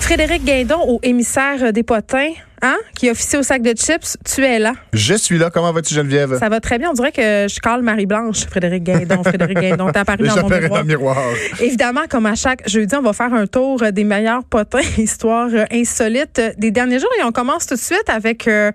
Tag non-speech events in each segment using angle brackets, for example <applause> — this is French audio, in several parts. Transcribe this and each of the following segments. Frédéric Guindon, au émissaire des potins, hein, qui officie au sac de chips, tu es là. Je suis là. Comment vas-tu, Geneviève? Ça va très bien. On dirait que je cale Marie-Blanche, Frédéric Guindon. Frédéric Guindon, t'es apparu dans mon J'apparais dans miroir. le miroir. Évidemment, comme à chaque jeudi, on va faire un tour euh, des meilleurs potins, <laughs> histoire euh, insolite euh, des derniers jours. Et on commence tout de suite avec euh,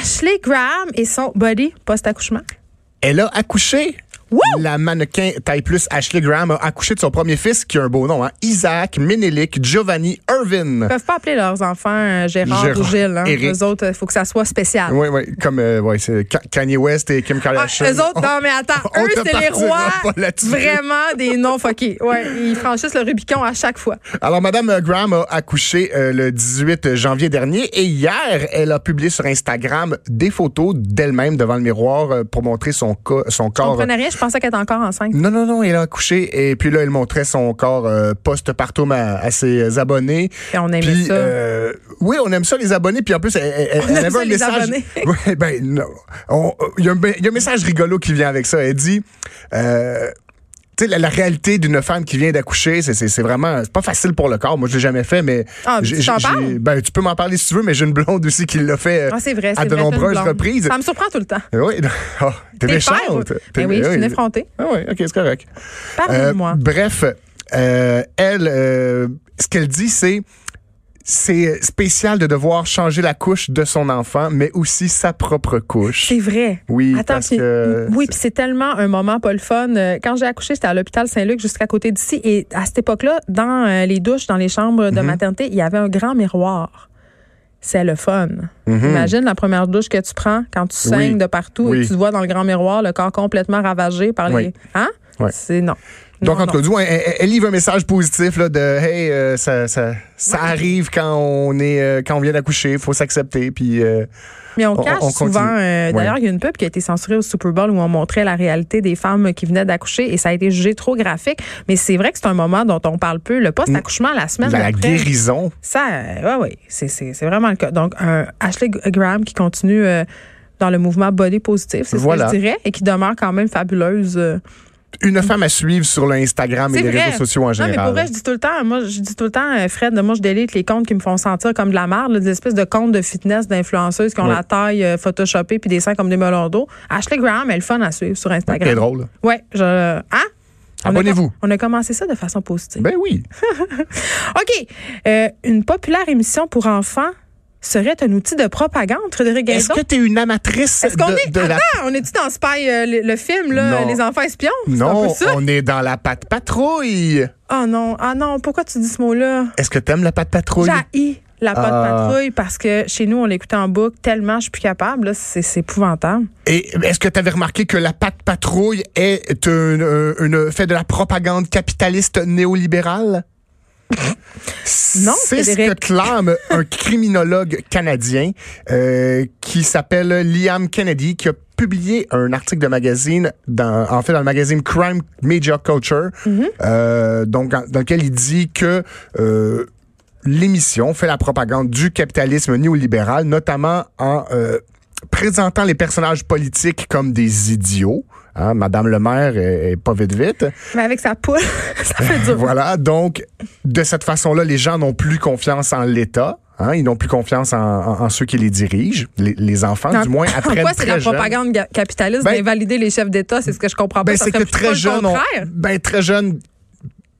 Ashley Graham et son body post-accouchement. Elle a accouché. La mannequin taille plus Ashley Graham a accouché de son premier fils qui a un beau nom, hein? Isaac Menelik Giovanni Irvin. Ils peuvent pas appeler leurs enfants euh, Gérard, Gérard, ou Gilles. Hein. Éric. Eux autres, il faut que ça soit spécial. Oui, oui, comme euh, ouais, c'est Ka- Kanye West et Kim Ah, Kardashian. eux autres, non, mais attends, on eux, te c'est les partira rois pas là-dessus. vraiment des non fuckés. Ouais, ils franchissent le Rubicon à chaque fois. Alors, Madame euh, Graham a accouché euh, le 18 janvier dernier et hier, elle a publié sur Instagram des photos d'elle-même devant le miroir euh, pour montrer son, co- son Je corps. euh, comprenais rien, je pensais qu'elle était encore enceinte. Non, non, non, elle a accouché et puis là, elle montrait son corps euh, post-partum à, à ses euh, abonnés. Et on aimait Puis, ça. euh, oui, on aime ça les abonnés. Puis en plus, elle, elle- elle On aime avait ça, un les message. abonnés. <laughs> Ouais, ben non. On- Il y, a un- il y a un message rigolo qui vient avec ça. Elle dit. euh, tu sais, la, la réalité d'une femme qui vient d'accoucher, c'est- c'est c'est vraiment c'est pas facile pour le corps. Moi, je l'ai jamais fait, mais Ah, mais j'ai- tu t'en j'ai- parles? ben, tu peux m'en parler si tu veux, mais j'ai une blonde aussi qui l'a fait euh, Ah, c'est vrai, c'est à de vrai, t'as une nombreuses blonde. reprises. Ça me surprend tout le temps. Oui, <laughs> Ah, t'es T'es fière, méchante. ouais. T'es- Ben oui, je suis une effrontée. Ah oui, ok, c'est correct. Euh, Pardonne-moi. bref, euh, elle, euh, ce qu'elle dit, c'est c'est spécial de devoir changer la couche de son enfant, mais aussi sa propre couche. C'est vrai. Oui, Attends, parce puis- que- oui, puis c'est tellement un moment pas le fun. Euh, Quand j'ai accouché, j'étais à l'hôpital Saint-Luc, jusqu'à côté d'ici. Et à cette époque-là, dans euh, les douches, dans les chambres Mm-hmm. de maternité, il y avait un grand miroir. C'est le fun. Mhm. Imagine la première douche que tu prends quand tu saignes Mmh. Oui. de partout et Oui. que tu te vois dans le grand miroir le corps complètement ravagé par les. Oui. Hein? Oui. C'est non. Donc, Non, en non. tout cas, du moins, elle, elle- elle livre un message positif là, de Hey, euh, ça, ça, ça arrive quand on, est, euh, quand on vient d'accoucher, faut s'accepter. Puis, euh, Mais on, On- cache on continue. souvent. euh, Ouais. D'ailleurs, il y a une pub qui a été censurée au Super Bowl où on montrait la réalité des femmes qui venaient d'accoucher et ça a été jugé trop graphique. Mais c'est vrai que c'est un moment dont on parle peu. Le post-accouchement, la semaine d'après, la guérison. Ça, euh, ouais, ouais, c'est, c'est, c'est vraiment le cas. Donc, un Ashley Graham qui continue euh, dans le mouvement body positif, c'est Voilà. ce que je dirais, et qui demeure quand même fabuleuse. euh, Une femme à suivre sur l'Instagram et c'est les vrai. réseaux sociaux en général. Non, mais pour vrai, je dis tout le temps, moi, je dis tout le temps, euh, Fred, moi, je délite les comptes qui me font sentir comme de la merde, là, des espèces de comptes de fitness d'influenceuses qui ont Oui. la taille euh, photoshopée puis des seins comme des melons d'eau. Ashley Graham, elle est le fun à suivre sur Instagram. Très drôle. Ouais, je. Hein? On a- Abonnez-vous. On a commencé ça de façon positive. Ben oui. Ben. OK. Euh, une populaire émission pour enfants serait un outil de propagande, Frédéric Est-ce Gaillon? que tu es une amatrice Est-ce de, qu'on est. de la Attends, on est-tu dans Spy, euh, le, le film, là, Non. Les enfants espions? C'est un peu Non, Ah. ça? on est dans la patte patrouille. Ah non, ah non, pourquoi tu dis ce mot-là? Est-ce que t'aimes la patte patrouille? J'ai la pote Ah. patrouille parce que chez nous, on l'écoutait en boucle tellement je suis plus capable. là, C'est c'est épouvantable. Et est-ce que t'avais remarqué que la patte patrouille est une, euh, une- fait de la propagande capitaliste néolibérale? Non, c'est ce que Frédéric. clame <laughs> un criminologue canadien euh, qui s'appelle Liam Kennedy, qui a publié un article de magazine, dans, en fait dans le magazine Crime Media Culture, Mhm. euh, donc dans, dans lequel il dit que euh, l'émission fait la propagande du capitalisme néolibéral, notamment en euh, présentant les personnages politiques comme des idiots. Hein, Madame le maire est, est pas <laughs> vite vite. Mais avec sa poule, ça fait dur. Voilà, donc de cette façon-là, les gens n'ont plus confiance en l'État. hein, ils n'ont plus confiance en, en- en ceux qui les dirigent, les, les enfants, En- du moins <laughs> après en quoi c'est très la jeune. propagande ga- capitaliste Ben- d'invalider les chefs d'État? C'est ce que je comprends pas. Ben, ça c'est que serait plutôt très le jeune, on- contraire. ben, très jeune,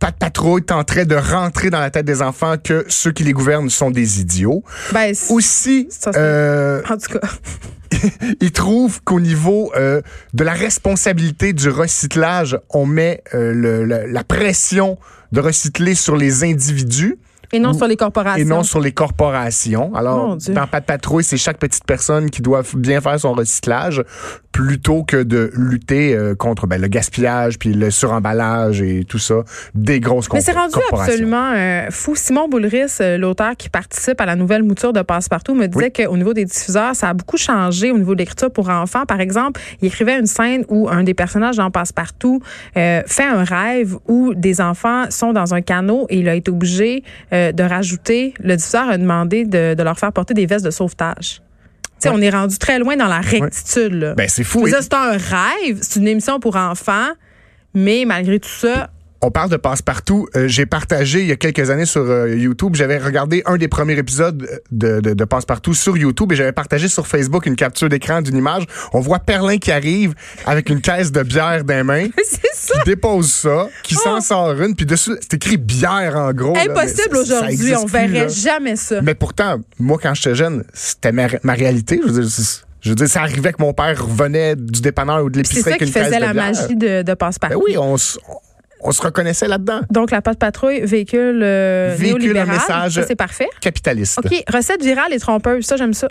Pat Patrouille tenterait de rentrer dans la tête des enfants que ceux qui les gouvernent sont des idiots. Ben, c'est- Aussi, Ça, c'est- euh, en tout cas, il trouve qu'au niveau euh, de la responsabilité du recyclage, on met euh, le- le- la pression de recycler sur les individus. et non sur les corporations. et non sur les corporations. Ah, Mon Alors, Dieu. dans Pat Patrouille, c'est chaque petite personne qui doit f- bien faire son recyclage plutôt que de lutter euh, contre ben, le gaspillage puis le suremballage et tout ça des grosses Mais corp- c'est rendu corporations. absolument euh, fou. Simon Boulris, euh, l'auteur qui participe à la nouvelle mouture de Passepartout, me disait qu'au niveau des diffuseurs, ça a beaucoup changé au niveau de l'écriture pour enfants. Par exemple, il écrivait une scène où un des personnages dans Passepartout euh, fait un rêve où des enfants sont dans un canot et il a été obligé euh, euh, de rajouter, le diffuseur a demandé de, de leur faire porter des vestes de sauvetage. Tu sais, on est rendu très loin dans la rectitude. là. Ben, c'est fou. Je veux Et dire, C'est un rêve, c'est une émission pour enfants, mais malgré tout <laughs> ça, on parle de passe-partout. Euh, J'ai partagé il y a quelques années sur euh, YouTube. J'avais regardé un des premiers épisodes euh, de, de, de passe-partout sur YouTube et j'avais partagé sur Facebook une capture d'écran d'une image. On voit Perlin qui arrive avec une caisse de bière dans <laughs> les mains. c'est ça. qui dépose ça, qui s'en sort une, puis dessus, c'est écrit bière en gros. là, Oh. Impossible mais ça- ça aujourd'hui, existe on plus, verrait là. jamais ça. Mais pourtant, moi, quand j'étais jeune, c'était ma, ma réalité. Je veux, dire, c'est- je veux dire, ça arrivait que mon père revenait du dépanneur ou de Puis l'épicerie c'est ça avec qui une caisse faisait de la bière. magie de, de Ben Passepartout. oui, on, s- on se reconnaissait là-dedans. Donc, la patte patrouille, véhicule, euh, Véhicule, néolibéral. un message. Ça, c'est parfait. Capitaliste. OK, recette virale et trompeuse. Ça, j'aime ça.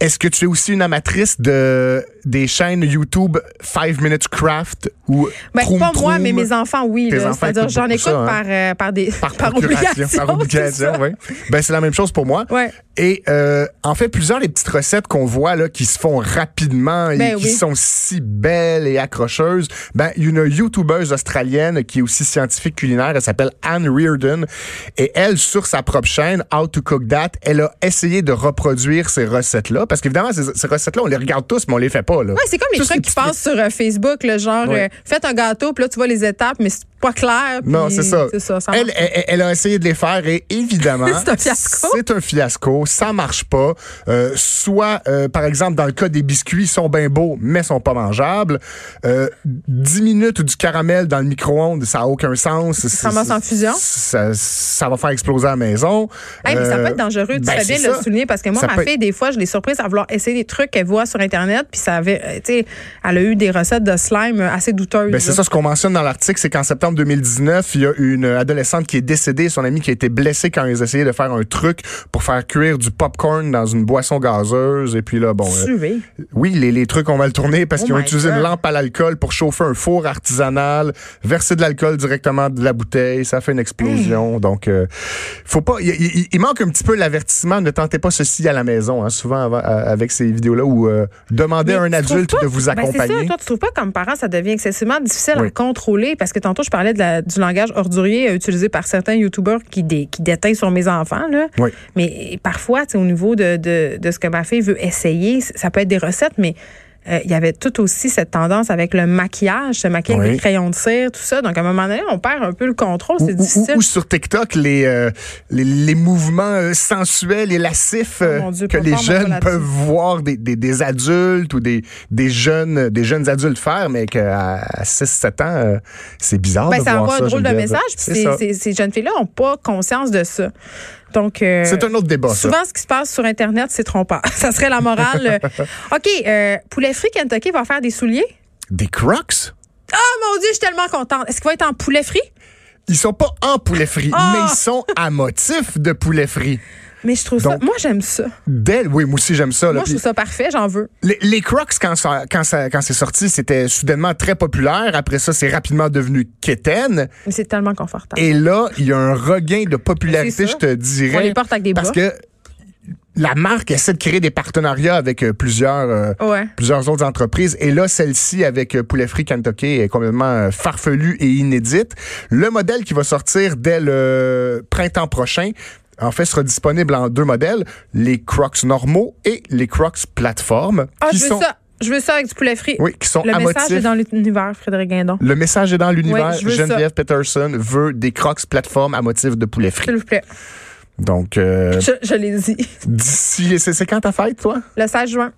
Est-ce que tu es aussi une amatrice de des chaînes YouTube Five Minutes Craft ou Ben, Troum pas moi, Troum? mais mes enfants, oui. Tes là. enfants C'est-à-dire, écoutent j'en beaucoup écoute ça, hein. par, euh, par, des, par, procuration, obligation. par obligation, <laughs> c'est ça. oui. Ben, c'est la même chose pour moi. Ouais. Et euh, en fait, plusieurs des petites recettes qu'on voit là, qui se font rapidement et Ben qui oui. sont si belles et accrocheuses, ben, il y a une youtubeuse australienne qui est aussi scientifique culinaire, elle s'appelle Anne Reardon, et elle, sur sa propre chaîne, How to Cook That, elle a essayé de reproduire ces recettes-là, parce qu'évidemment, ces, ces recettes-là, on les regarde tous, mais on les fait pas. Là. Ouais, c'est comme les Tous ces trucs qui petits passent sur euh, Facebook, le genre, Ouais. euh, faites un gâteau, puis là, tu vois les étapes, mais c'est pas clair. puis Non, c'est ça. C'est ça, ça elle, marche. elle, elle a essayé de les faire et évidemment, <laughs> C'est un fiasco. C'est un fiasco. Ça marche pas. Euh, soit, euh, par exemple, dans le cas des biscuits, ils sont bien beaux, mais sont pas mangeables. Euh, 10 minutes du caramel dans le micro-ondes, ça a aucun sens. Ça ramasse en fusion. Ça, ça va faire exploser à la maison. Hey, mais ça Euh, peut être dangereux. Tu ben, fais bien c'est de le ça. souligner parce que moi, Ça ma peut fille, des fois, je l'ai surprise à vouloir essayer des trucs qu'elle voit sur Internet. Puis ça avait, euh, tu sais, elle a eu des recettes de slime euh, assez douteuses. Ben, c'est là. ça ce qu'on mentionne dans l'article, c'est qu'en septembre 2019, il y a une adolescente qui est décédée, son amie qui a été blessée quand ils essayaient de faire un truc pour faire cuire du popcorn dans une boisson gazeuse. Et puis là, bon, euh, Sué. oui, les, les trucs on va le tourner parce Oh qu'ils ont my utilisé God. une lampe à l'alcool pour chauffer un four artisanal, verser de l'alcool directement de la bouteille, ça fait une explosion. Mmh. Donc, euh, faut pas, il- il il manque un petit peu l'avertissement. Ne tentez pas ceci à la maison, hein, souvent avant- avec ces vidéos-là où euh, demandez à un Mais tu trouves adulte pas- de vous Ben, accompagner. c'est ça, toi, tu trouves pas comme parent, ça devient excessivement difficile à Oui. contrôler parce que tantôt, je parlais de la- du langage ordurier euh, utilisé par certains YouTubeurs qui, dé- qui déteignent sur mes enfants. Là. Oui. Mais parfois, tu sais, au niveau de, de- de ce que ma fille veut essayer, c- ça peut être des recettes, mais euh, il y avait tout aussi cette tendance avec le maquillage, se maquiller avec Oui. des crayons de cire, tout ça. Donc, à un moment donné, on perd un peu le contrôle, Ou, c'est ou- difficile. ou- ou sur TikTok, les, euh, les, les mouvements euh, sensuels et lascifs euh, Oh mon Dieu, que pas les fort, mon jeunes Dieu, peuvent voir des, des, des adultes ou des, des, jeunes, des jeunes adultes faire, mais qu'à 6-7 ans, euh, c'est bizarre Ben, de ça voir envoie ça. un drôle de Geneviève. message, puis C'est ces- ça. ces, ces jeunes filles-là n'ont pas conscience de ça. Donc, euh, C'est un autre débat, ça. Souvent, ce qui se passe sur Internet, c'est trompeur. <laughs> Ça serait la morale. Euh, OK, euh, Poulet frit Kentucky va faire des souliers. Des crocs? Oh mon Dieu, je suis tellement contente. Est-ce qu'il va être en poulet frit? Ils sont pas en poulet frit, Ah! mais ils sont à motif de poulet frit. Mais je trouve ça. Donc- ah, Moi, j'aime ça. Dès, oui, moi aussi, j'aime ça. là. Moi, je Puis- trouve ça parfait. J'en veux. Les, les Crocs, quand, ça, quand, ça, quand c'est sorti, c'était soudainement très populaire. Après ça, c'est rapidement devenu quétaine. Mais c'est tellement confortable. Et là, il y a un regain de C'est popularité, ça. je te dirais. On les porte avec des Parce bas. que la marque essaie de créer des partenariats avec euh, plusieurs, euh, Ouais. plusieurs autres entreprises. Et là, celle-ci avec euh, Poulet Frit Kentucky est complètement euh, farfelue et inédite. Le modèle qui va sortir dès le printemps prochain, en fait, sera disponible en deux modèles, les Crocs normaux et les Crocs plateforme. Ah, qui je veux sont, ça. Je veux ça avec du poulet frit. Oui, qui sont Le à message motif. est dans l'univers, Frédéric Guindon. Le message est dans l'univers. Ouais, je veux Geneviève Peterson veut des Crocs plateforme à motif de poulet frit. S'il vous plaît. Donc, euh, Je, je l'ai dit. d'ici, c'est c'est quand ta fête, toi? Le 16 juin.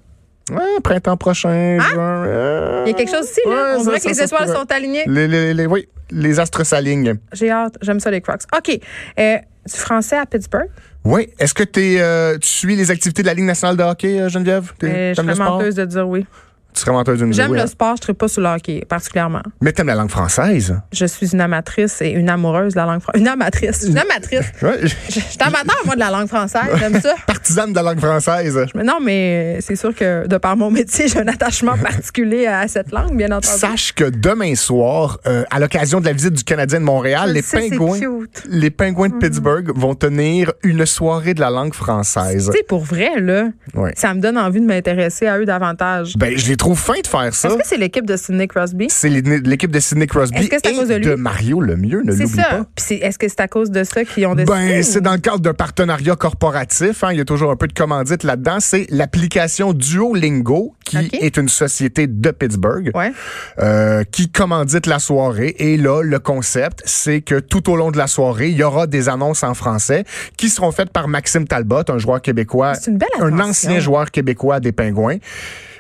Ouais, printemps prochain, juin, euh, Ah! Il y a quelque chose ici, là. ouais, On ça- dirait que ça- les ça se étoiles pourrait. sont alignées. Les, les- les- oui, les astres s'alignent. J'ai hâte. J'aime ça, les Crocs. OK. Euh, du français à Pittsburgh. Oui, est-ce que t'es, euh, tu suis les activités de la Ligue nationale de hockey, euh, Geneviève? T'es- Euh, je t'aimes le serais sport? menteuse de dire oui. Tu serais menteuse d'une J'aime oui, le hein. sport, je ne pas sur le hockey, particulièrement. Mais t'aimes la langue française? Je suis une amatrice et une amoureuse de la langue française. Une amatrice. Une amatrice. Ouais, Je je suis amateur, moi, de la langue française. J'aime ça. Partisane de la langue française. Mais non, mais euh, c'est sûr que de par mon métier, j'ai un attachement particulier à cette langue, bien entendu. Sache que demain soir, euh, à l'occasion de la visite du Canadien de Montréal, Je les le sais, c'est pingouins, cute. Mm. les pingouins de Pittsburgh vont tenir une soirée de la langue française. Tu sais, pour vrai, là, Ouais. ça me donne envie de m'intéresser à eux davantage. Ben, je les trouve fin de faire ça. Est-ce que c'est l'équipe de Sidney Crosby? C'est l'équipe de Sidney Crosby Est-ce que c'est à et cause de lui? Mario Lemieux, ne C'est l'oublie ça. pas. Puis c'est- est-ce que c'est à cause de ça qu'ils ont décidé? Ben, ou- c'est dans le cadre d'un partenariat corporatif. hein, il y a toujours un peu de commandite là-dedans. C'est l'application Duolingo, qui Ok. est une société de Pittsburgh, Ouais. euh, qui commandite la soirée. Et là, le concept, c'est que tout au long de la soirée, il y aura des annonces en français qui seront faites par Maxime Talbot, un joueur québécois, C'est une belle un attention. ancien joueur québécois des Pingouins.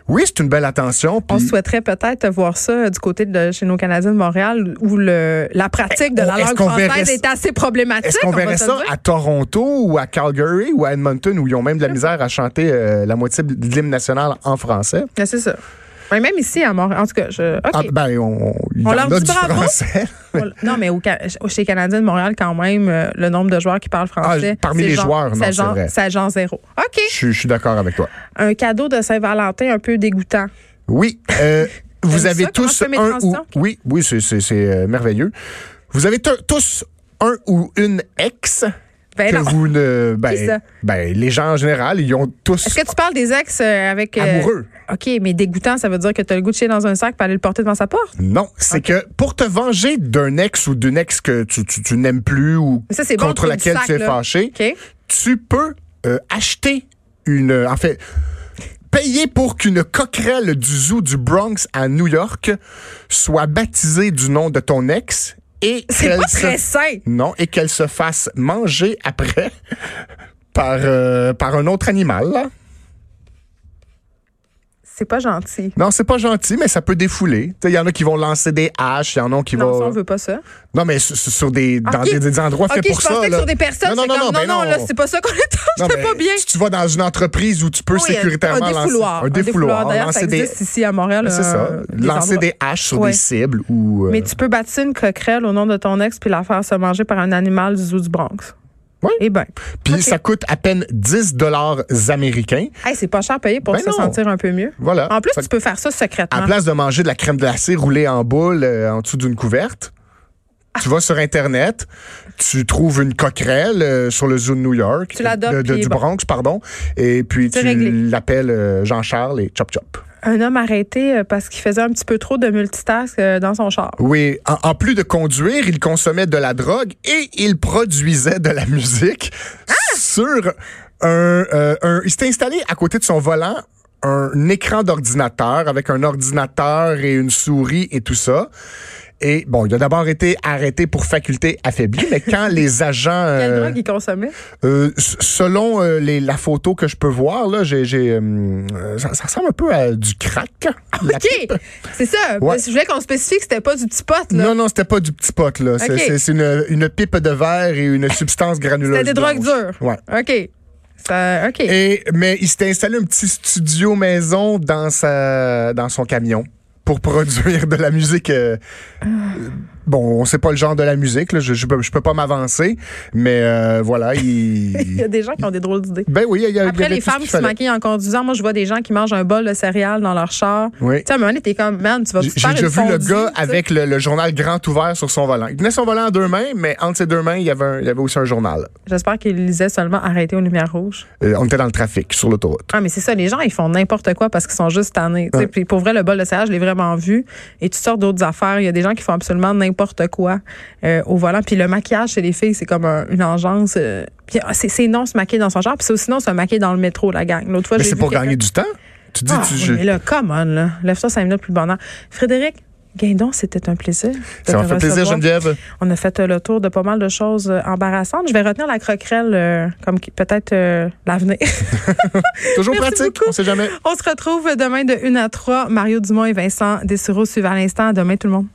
Oui, c'est une belle attention. On puis- souhaiterait peut-être voir ça euh, du côté de chez nos Canadiens de Montréal où le, la pratique de la Eh, Est-ce langue qu'on française verrait- est assez problématique. Est-ce qu'on on va verrait se ça le dire. à Toronto ou à Calgary ou à Edmonton où ils ont même de la misère à chanter euh, la moitié de l'hymne national en français? Ouais, c'est ça. Ouais, même ici à Montréal. En tout cas, je. OK. Ah, ben, on, il y On en leur a dit du bravo? français. On- non, mais au, Ca- chez les Canadiens de Montréal, quand même, euh, le nombre de joueurs qui parlent français. Ah, parmi c'est les genre- joueurs, non, c'est genre, vrai. C'est genre zéro. OK. Je, suis- je suis d'accord avec toi. Un cadeau de Saint-Valentin un peu dégoûtant. Oui, euh, vous T'aimes avez ça, comment tous je fais mes un ou... transitions? Oui, oui, c'est- c'est c'est, euh, merveilleux. Vous avez t- tous un ou une ex Ben que non. vous ne... Qui ça? Ben, ben, les gens en général, ils ont tous... Est-ce que tu parles des ex euh, avec. euh, Amoureux. OK, mais dégoûtant, ça veut dire que tu as le goût de chier dans un sac pour aller le porter devant sa porte. Non, c'est que pour te venger d'un ex ou d'une ex que tu, tu- tu n'aimes plus ou Mais ça, c'est bon, contre le truc du laquelle sac, tu es là. fâché, OK? tu peux euh, acheter une. euh, En fait, payer pour qu'une coquerelle du zoo du Bronx à New York soit baptisée du nom de ton ex et C'est qu'elle pas se- très sain. Non, et qu'elle se fasse manger après <laughs> par, euh, par un autre animal. là. C'est pas gentil. Non, c'est pas gentil, mais ça peut défouler. Tu sais, Il y en a qui vont lancer des haches, il y en a qui Non, vont. ça, on veut pas ça. Non, mais sur, sur des, dans Ok. des, des endroits OK, faits pour je ça. pensais que là. sur des personnes, c'est comme, non, ben non, là, c'est pas ça qu'on est Non, c'était mais pas bien. Si tu vas dans une entreprise où tu peux Oui, sécuritairement un défouloir. lancer un défouloir, D'ailleurs, ça lancer des existe ici à Montréal. Ben, c'est ça, euh, des lancer endroits. des haches sur Ouais. des cibles ou euh, Mais tu peux battre une coquerelle au nom de ton ex puis la faire se manger par un animal du zoo du Bronx. Oui. Eh ben, puis ok. ça coûte à peine 10 dollars américains. Hey, c'est pas cher payé pour Ben se non. sentir un peu mieux. Voilà. En plus, hein. Fait tu que peux faire ça à secrètement. place de manger de la crème glacée roulée en boule euh, en dessous d'une couverte, Ah. tu vas sur internet, tu trouves une coquerelle euh, sur le zoo de New York, Tu l'adoptes, de- de- puis du bon. Bronx pardon, et puis C'est tu réglé. l'appelles euh, Jean-Charles et chop chop. Un homme arrêté euh, parce qu'il faisait un petit peu trop de multitask euh, dans son char. Oui, en, en plus de conduire, il consommait de la drogue et il produisait de la musique Ah! sur un, euh, un- Il s'est installé à côté de son volant un écran d'ordinateur avec un ordinateur et une souris et tout ça. Et bon, il a d'abord été arrêté pour faculté affaiblie, mais quand <laughs> les agents... Quelle euh, drogue il consommait? euh, s- selon euh, les, la photo que je peux voir, là, j'ai, j'ai, hum, euh, ça, ça ressemble un peu à du crack. Ah, la pipe. OK! <laughs> C'est ça. Ouais. Parce que Je voulais qu'on spécifie que c'était pas du petit pot, là. Non, non, c'était pas du petit pot, là. C'est- Ok. C'est c'est une, une pipe de verre et une substance granuleuse. C'était des drogues blanche. dures. Ouais. OK. Ça, OK. Et, mais il s'était installé un petit studio maison dans, sa, dans son camion pour produire de la musique. euh, Ah. euh, bon, on sait pas le genre de la musique, là. Je, je, peux- je peux pas m'avancer, mais euh, <laughs> voilà, Il y a il. des gens qui ont des drôles d'idées. <laughs> ben oui, il y a- il y avait Après, les tout ce femmes qu'il qui se fallait. maquillent en conduisant, moi, je vois des gens qui mangent un bol de céréales dans leur char. Oui. Tu sais, à un moment donné, t'es comme, man, tu vas te J'ai faire déjà une vu le fondue, gars tu sais. avec le, le journal grand ouvert sur son volant. Il tenait son volant à deux mains, mais entre ses deux mains, il y avait, un- il y avait aussi un journal. J'espère qu'il lisait seulement Arrêté aux lumières rouges. Euh, on était dans le trafic, sur l'autoroute. Ah, mais c'est ça, les gens, ils font n'importe quoi parce qu'ils sont juste tannés. tu sais. Ouais. Puis pour vrai, le bol de céréales, je l'ai vraiment vu. Et tu sors d'autres affaires. Il y a des gens qui font absolument n'importe quoi euh, au volant. Puis le maquillage chez les filles, c'est comme un- une engeance. euh. Puis ah, c'est- c'est non se maquiller dans son genre. Puis c'est aussi non se maquiller dans le métro, la gang. L'autre fois, Mais j'ai c'est vu pour quelqu'un- gagner du temps. Tu dis, Ah, tu, oui, je- mais là, come on, là. Lève-toi cinq minutes plus bonheur. Frédéric Guindon, c'était un plaisir. de ça m'a te fait plaisir, recevoir. Geneviève. On a fait euh, le tour de pas mal de choses euh, embarrassantes. Je vais retenir la croquerelle euh, comme qui- peut-être euh, l'avenir. Toujours Merci pratique, beaucoup. on sait jamais. On se retrouve demain de 1 à 3. Mario Dumont et Vincent Dessureau suivent à l'instant. À demain, tout le monde.